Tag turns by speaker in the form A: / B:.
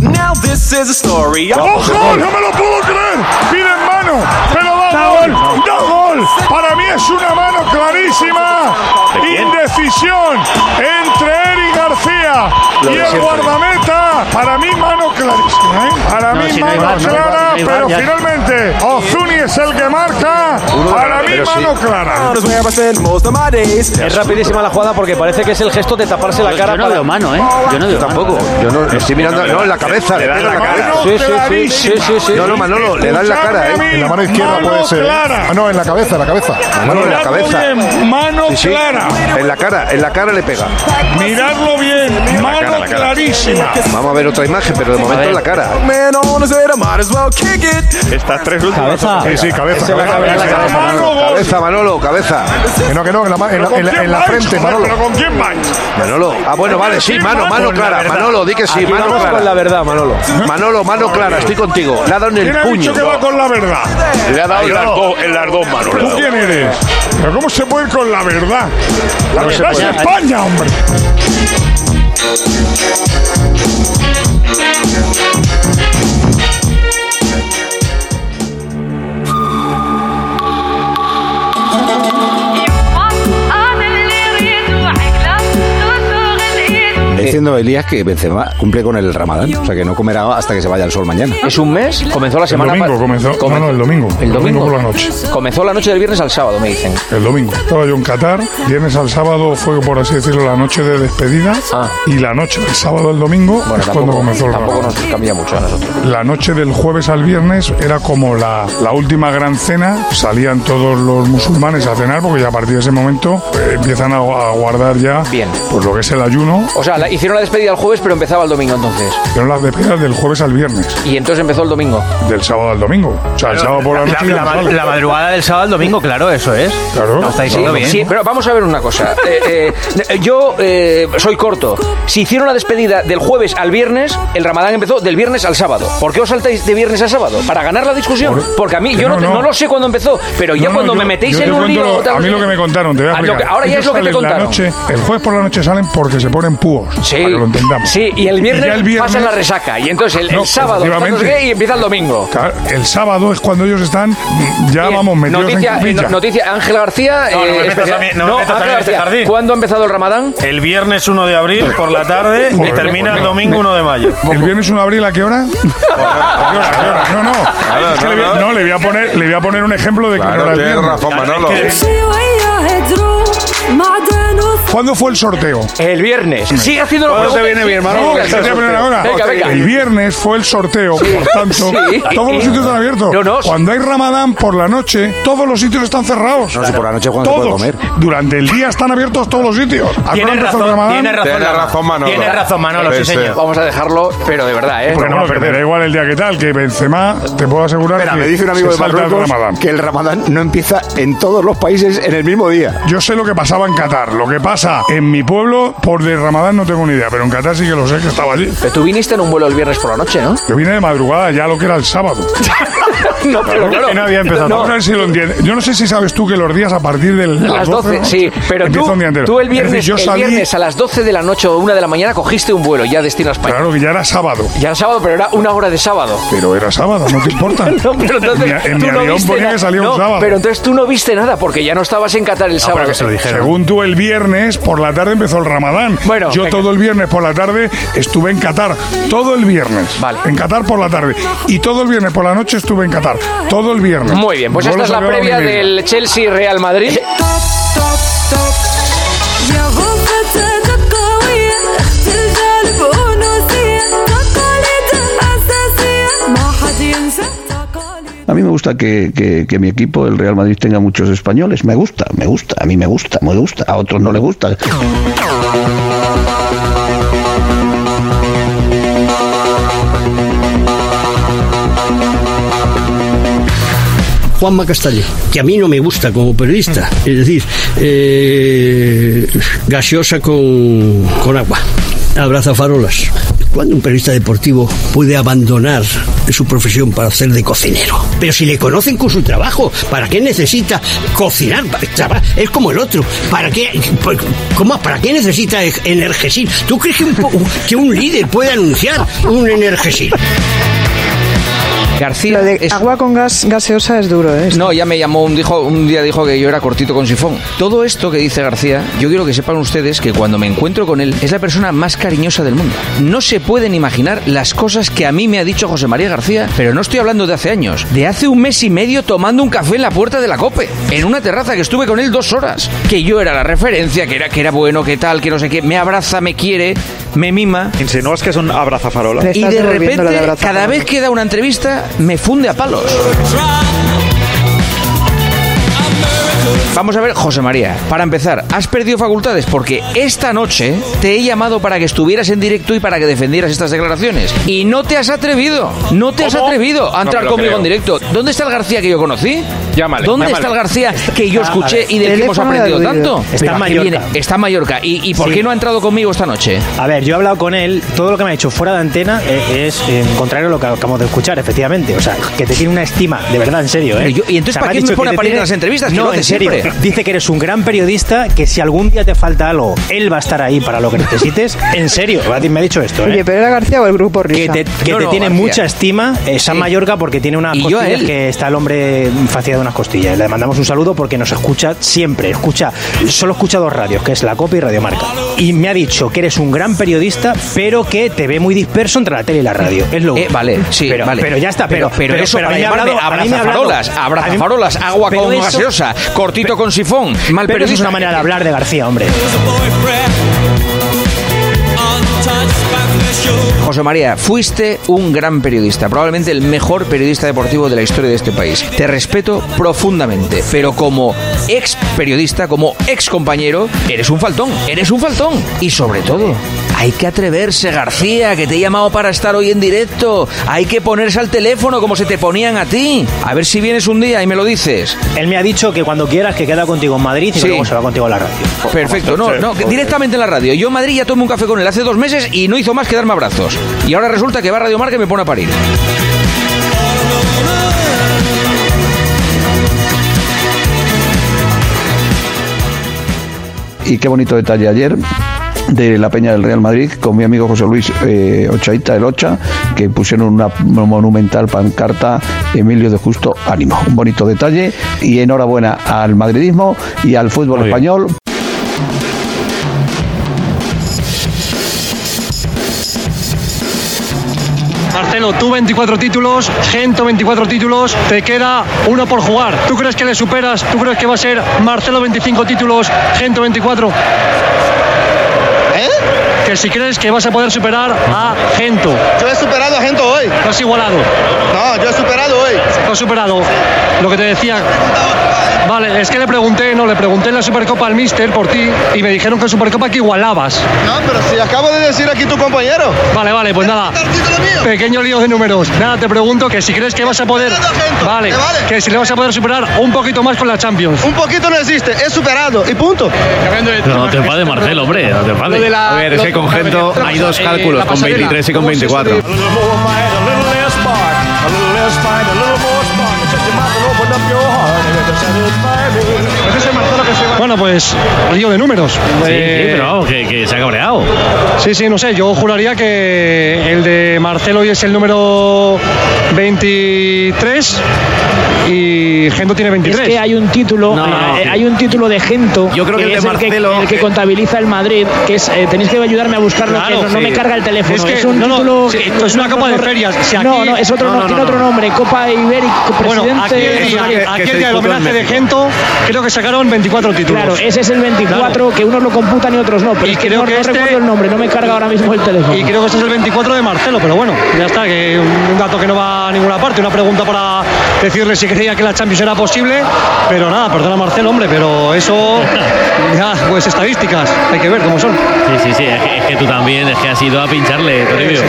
A: Now this is a story.
B: Oh,
C: ¡Dos gol! ¡No me lo puedo creer! Pide en mano, pero da gol. ¡Da gol! Para mí es una mano clarísima. Indecisión entre Eric García y el guardameta. Para mí mano clarísima. ¿eh? Para mí
D: si no hay
C: mano
D: bar, no hay bar,
C: clara,
D: no hay bar,
C: pero
D: ya.
C: finalmente Ozuni es el que marca. Para mí
E: pero sí.
C: mano clara.
A: That's where I spend most of my days.
F: Es rapidísima la jugada porque parece que es el gesto de taparse la
D: Yo,
F: cara
D: yo no
F: para-
D: veo mano, ¿eh? Yo no veo
E: Tampoco. Yo no estoy mirando. No, en la cabeza. Le
C: da
E: pega en la
C: mano
E: cabeza.
F: Sí, sí, sí,
C: clarísima.
F: sí, sí, sí.
E: No, no, Manolo, le da en la cara,
C: Escuchadme a
E: ¿eh?
C: mí,
G: En la mano izquierda
C: mano
G: puede ser. ¿eh?
C: Clara.
G: Ah, no, en la cabeza, en la cabeza.
E: Manolo, en la
C: Miradlo
E: cabeza.
C: bien, mano
E: Sí, sí.
C: clara.
E: En la cara, en la cara le pega.
C: Miradlo bien, mano
E: cara, la cara.
C: clarísima.
E: Vamos a ver otra imagen, pero de momento
D: ver.
E: en la cara.
A: Man on his way, I might as well kick it.
C: Estas tres
F: Cabeza.
G: Sí, sí, cabeza.
F: Ese va a
G: cabeza.
F: caber en la
C: Cabeza,
F: cabeza.
C: mano, gol.
E: Cabeza, Manolo, cabeza.
G: Que no, que no, en la, ma- en la-
C: ¿Pero con
G: en la-
C: quién
G: en la
C: vais,
G: frente,
C: joder?
G: Manolo.
C: ¿Pero con quién vais?
E: Manolo. Ah, bueno, vale, sí, mano, mano clara. Manolo, di que sí,
F: Aquí
E: mano
F: vamos con la
E: clara.
F: verdad, Manolo.
E: Manolo, mano clara, estoy contigo. Le ha dado en
C: ¿Quién
E: el
C: ha
E: puño.
C: dicho que va con la verdad?
H: Le ha dado en las, dos, en las dos manos. le ha
C: ¿Tú
H: dado.
C: quién eres? ¿Pero cómo se puede ir con la verdad? La verdad es España, hombre.
I: Está
E: Eh.
I: diciendo Elías que Benzema cumple con el Ramadán, o sea que no comerá hasta que se vaya el sol mañana.
F: ¿Es un mes? Comenzó la
G: El
F: semana
G: domingo
F: pa-
G: comenzó.
F: Come-
G: No, no, el domingo.
F: ¿El domingo?
G: por la noche.
F: Comenzó la noche del viernes al sábado, me dicen.
G: El domingo. Estaba yo en Qatar. Viernes al sábado fue, por así decirlo, la noche de despedida.
F: Ah.
G: Y la noche del sábado al domingo
F: Bueno,
G: es cuando
F: tampoco,
G: comenzó el
F: tampoco
G: Ramadán.
F: nos cambia mucho a nosotros.
G: La noche del jueves al viernes era como la, la última gran cena. Salían todos los musulmanes a cenar porque ya a partir de ese momento eh, empiezan a, a guardar ya
F: Bien.
G: pues lo que es el ayuno.
F: O sea, la- hicieron la despedida el jueves, pero empezaba el domingo entonces.
G: Pero las despedidas del jueves al viernes,
F: Y entonces empezó el domingo.
G: del sábado al domingo. O sea, el sábado Ah, por la
B: La,
G: noche. ya
B: la
G: no
B: ma-
G: sale.
B: la madrugada del sábado al domingo, claro, eso es.
G: Claro.
B: No, estáis
F: Sí,
B: yendo bien.
F: sí, pero vamos a ver una cosa. Eh, eh, yo eh, soy corto. Si hicieron la despedida del jueves al viernes, el ramadán empezó del viernes al sábado. ¿Por qué os saltáis de viernes a sábado? ¿Para ganar la discusión?
G: Por-
F: Porque a mí, yo
G: No,
F: no, te-
G: no.
F: no lo sé cuándo empezó, pero ya
G: No, no,
F: cuando
G: yo-
F: me metéis
G: yo te
F: en un
G: cuento
F: lío...
G: lo-
F: tal,
G: a mí lo que me contaron, te voy a
F: Ah, lo que-
G: explicar.
F: ahora ya
G: Ellos
F: es lo que te
G: salen la
F: contaron.
G: noche- el jueves por la noche salen porque se ponen púos.
F: Sí,
G: Para que lo entendamos.
F: sí, y el viernes,
G: ya el
F: pasa la resaca. Y entonces el, el
G: No,
F: sábado está no sé
G: efectivamente.
F: qué, y empieza el domingo.
G: Claro, El sábado es cuando ellos están ya
F: Bien,
G: vamos metidos
F: noticia,
G: en capilla.
F: eh, no- noticia, Ángel García.
B: No, no me
F: eh,
B: metas
F: especial-
B: a mí- no me
F: no,
B: metas a mí
F: Ángel
B: en este
F: García,
B: jardín.
F: ¿Cuándo ha empezado el Ramadán?
B: El viernes 1 de abril por la tarde y
G: Joder,
B: termina el
G: joder.
B: domingo 1 de mayo.
G: ¿El viernes 1 de abril a qué hora? ¿A qué hora? ¿A qué hora? No, no. Es que le voy a- no, le voy a poner, le voy a poner un ejemplo de que no era
E: Claro,
G: el
E: tienes
G: viernes.
E: razón, Manolo.
G: ¿Cuándo fue el sorteo?
F: El viernes. Sigue haciendo lo
B: ¿Cuándo te viene bien, Manolo?
G: No,
F: Venga,
G: que se te
F: venga,
G: pone la hora.
F: Venga, venga.
G: El viernes fue el sorteo, por tanto,
F: Sí.
G: todos los sitios están abiertos.
F: No, no.
G: Cuando hay Ramadán por la noche, todos los sitios están cerrados.
E: si por la noche es cuando se
G: todos.
E: puede comer.
G: Durante el día están abiertos todos los sitios. ¿A qué hora
B: Tienes
G: empezó el
B: razón,
G: Ramadán?
B: tienes razón,
H: Tienes razón, Manolo.
B: Tienes razón, Manolo, sí,
H: Ese.
B: señor.
F: Vamos a dejarlo, pero de verdad, ¿eh?
G: Porque no, lo perderá igual el día que tal, que Benzema, te puedo asegurar
E: Espera,
G: que
E: me dice un amigo
G: se
E: de
G: salta el
E: Marruecos
G: Ramadán.
E: que el ramadán no empieza en todos los países en el mismo día.
G: Yo sé lo que pasaba en Qatar. Lo que pasa en mi pueblo, por de Ramadán no tengo ni idea, pero en Qatar sí que lo sé que estaba allí.
F: Pero tú viniste en un vuelo el viernes por la noche, ¿no?
G: Yo vine de madrugada, ya lo que era el sábado.
F: No, pero claro.
G: Que no había empezado. Vamos a ver si lo entiendes. Yo no sé si sabes tú que los días a partir de
F: Las 12, sí, pero tú,
G: empieza un día entero.
F: tú el,
G: Es decir,
F: viernes,
G: yo
F: el
G: salí,
F: viernes a las 12 de la noche o 1 de la mañana cogiste un vuelo ya destino a España.
G: Claro que ya era sábado.
F: Ya era sábado, pero era una hora de sábado.
G: Pero era sábado, no te importa.
F: No, pero
G: En
F: entonces
G: mi- en mi
F: tú no
G: avión
F: viste
G: ponía
F: na-
G: que salía un
F: no,
G: sábado.
F: Pero entonces tú no viste nada porque ya no estabas en Qatar el sábado.
B: que se lo dije. Dijeron.
G: Según tú, el viernes por la tarde empezó el ramadán.
F: Bueno,
G: Yo
F: venga.
G: todo el viernes por la tarde estuve en Qatar. Todo el viernes.
F: Vale.
G: En Qatar por la tarde. Y todo el viernes por la noche estuve en Qatar. Todo el viernes.
F: Muy bien, pues
G: No
F: esta
G: lo
F: es la
G: sabía
F: previa
G: ni idea.
F: del Chelsea Real Madrid.
J: A mí me gusta que, que- que mi equipo, el Real Madrid, tenga muchos españoles. Me gusta, me gusta, a mí me gusta, me gusta. A otros no le gusta.
K: Juanma Castaño, que a mí no me gusta como periodista. Es decir, eh, gaseosa con, con agua. Abraza farolas. ¿Cuándo un periodista deportivo puede abandonar su profesión para hacer de cocinero? Pero si le conocen con su trabajo, ¿para qué necesita cocinar? Pa- traba- Es como el otro. ¿Para qué, por- cómo- ¿para qué necesita e- energisil? ¿Tú crees que un, po- que un líder puede anunciar un energisil?
F: García es-
D: Agua con gas gaseosa es duro, ¿eh?
F: No, ya me llamó, un, dijo, un día dijo que yo era cortito con sifón. Todo esto que dice García, yo quiero que sepan ustedes que cuando me encuentro con él es la persona más cariñosa del mundo. No se pueden imaginar las cosas que a mí me ha dicho José María García, pero no estoy hablando de hace años, de hace un mes y medio tomando un café en la puerta de la COPE, en una terraza que estuve con él dos horas, que yo era la referencia, que era, que era bueno, que tal, que no sé qué, me abraza, me quiere, me mima.
L: ¿Insinúas que es un abrazafarola?
F: Y de repente, cada vez que da una entrevista, me funde a palos. Vamos a ver, José María, para empezar, has perdido facultades porque esta noche te he llamado para que estuvieras en directo y para que defendieras estas declaraciones. Y no te has atrevido, no te has atrevido a
H: No
F: entrar
H: me lo
F: conmigo
H: creo.
F: en directo. ¿Dónde está el García que yo conocí?
H: Llámale,
F: ¿Dónde
H: llámale.
F: está el García que yo
H: Ah,
F: escuché
H: a ver.
F: y del que hemos
H: Teléfono de
F: aprendido
H: ruido.
F: tanto?
H: Está en
F: Que
H: Mallorca.
F: viene- Está en Mallorca. ¿Y, y por
L: Sí.
F: qué no ha entrado conmigo esta noche?
L: A ver, yo he hablado con él, todo lo que me ha dicho fuera de antena eh, es eh, contrario a lo que acabamos de escuchar, efectivamente. O sea, que te tiene una estima, de verdad, en serio. ¿eh?
F: Pero yo- ¿y entonces
L: O sea,
F: para
L: ha
F: qué me
L: dicho
F: pone
L: que
F: a
L: te
F: parir
L: tiene-
F: en las entrevistas? Que
L: No,
F: lo hace
L: en serio.
F: siempre.
L: Dice que eres un gran periodista, que si algún día te falta algo, él va a estar ahí para lo que necesites. En serio, me ha dicho esto. ¿eh?
D: Oye, pero era García o el grupo
L: que
D: Risa.
L: te, que te tiene mucha estima eh, San Mallorca porque tiene unas
D: Y yo a
L: costillas
D: él.
L: que está el hombre faciado unas costillas. Le mandamos un saludo porque nos escucha siempre. Escucha, solo escucha dos radios, que es La Copa y Radio Marca. Y me ha dicho que eres un gran periodista, pero que te ve muy disperso entre la tele y la radio. Es lo
F: Eh, vale, sí,
L: pero,
F: vale.
L: pero ya está, pero,
F: pero, eso para
L: a mí me ha
F: llamarme
L: hablado- a mí me ha hablado-
F: abrazafarolas, abrazafarolas,
L: a mí-
F: agua
L: pero
F: con
L: eso-
F: gaseosa, cortito con sifón, mal
L: Pero eso es
F: periodista.
L: una manera de hablar de García, hombre.
F: José María, fuiste un gran periodista, probablemente el mejor periodista deportivo de la historia de este país. Te respeto profundamente, pero como ex periodista, como ex compañero, eres un faltón, eres un faltón. Y sobre todo, hay que atreverse, García, que te he llamado para estar hoy en directo. Hay que ponerse al teléfono como se te ponían a ti. A ver si vienes un día y me lo dices.
L: Él me ha dicho que cuando quieras que queda contigo en Madrid y
F: Sí.
L: luego se va contigo a la radio.
F: Perfecto, no, no, que directamente en la radio. Yo en Madrid ya tomé un café con él hace dos meses y no hizo más que darme abrazos. Y ahora resulta que va a Radio Marca y me pone a parir.
J: Y qué bonito detalle ayer de la Peña del Real Madrid con mi amigo José Luis eh, Ochaita, el Ocha, que pusieron una monumental pancarta Emilio de Justo Ánimo. Un bonito detalle y enhorabuena al madridismo y al fútbol español.
M: Marcelo, tú 24 títulos, Gento 24 títulos, te queda uno por jugar. ¿Tú crees que le superas? ¿Tú crees que va a ser Marcelo 25 títulos, Gento 24?
N: ¿Eh?
M: Que si crees que vas a poder superar a Gento. Yo he superado a Gento hoy. Lo has igualado. No, yo he superado hoy. Lo has superado. Lo que te decía. Vale, es que le pregunté, no, le pregunté en la Supercopa al Mister por ti y me dijeron que en Supercopa que igualabas.
N: No, pero si acabo de decir aquí tu compañero.
M: Vale, vale, pues nada.
D: Ah.
M: Pequeño lío de números. Nada, te pregunto que si crees que vas a poder. Vale, que si le vas a poder superar un poquito más con la Champions.
N: Un poquito no existe, es superado y punto.
O: No te enfades, Marcelo, hombre, no te enfades.
N: A ver, es que con Gento hay dos cálculos, con 23 y con 24. Pues
M: Bueno, pues lío de números.
O: Sí,
M: Eh,
O: sí, pero vamos, que, que se ha cabreado.
M: Sí, sí, no sé, yo juraría que el de Marcelo hoy es el número 23 y Gento tiene 23.
P: Es que hay un título,
M: No, no,
P: eh,
M: sí.
P: hay un título de Gento.
M: Yo creo que el de
P: es
M: Marcelo-
P: el que contabiliza el Madrid, que es eh, tenéis que ayudarme a buscarlo,
M: Claro,
P: que no, no
M: sí.
P: me carga el teléfono.
M: Es
P: Es,
M: que-
P: un
M: no, no,
P: título
M: sí,
P: que-
M: esto es una copa de ferias. Si aquí-
P: no, no, es otro,
M: No,
P: no,
M: no,
P: tiene
M: no,
P: otro
M: no.
P: nombre, Copa Ibérica, presidente.
M: Bueno, aquí el día, aquí el día del homenaje de Gento, creo que sacaron 24 títulos.
P: Claro, ese es el 24 que unos lo computan y otros no, pero es que
M: creo
P: no,
M: que
P: no
M: este-
P: recuerdo el nombre, no me carga ahora mismo el teléfono.
M: Y creo que ese es el 24 de Marcelo, pero bueno, ya está, que un dato que no va a ninguna parte, una pregunta para decirle si creía que la Champions era posible, pero nada, perdona Marcelo, hombre, pero eso, ya, pues estadísticas, hay que ver cómo son.
O: Sí, sí, sí, es que, es que tú también, es que has ido a pincharle, Toribio.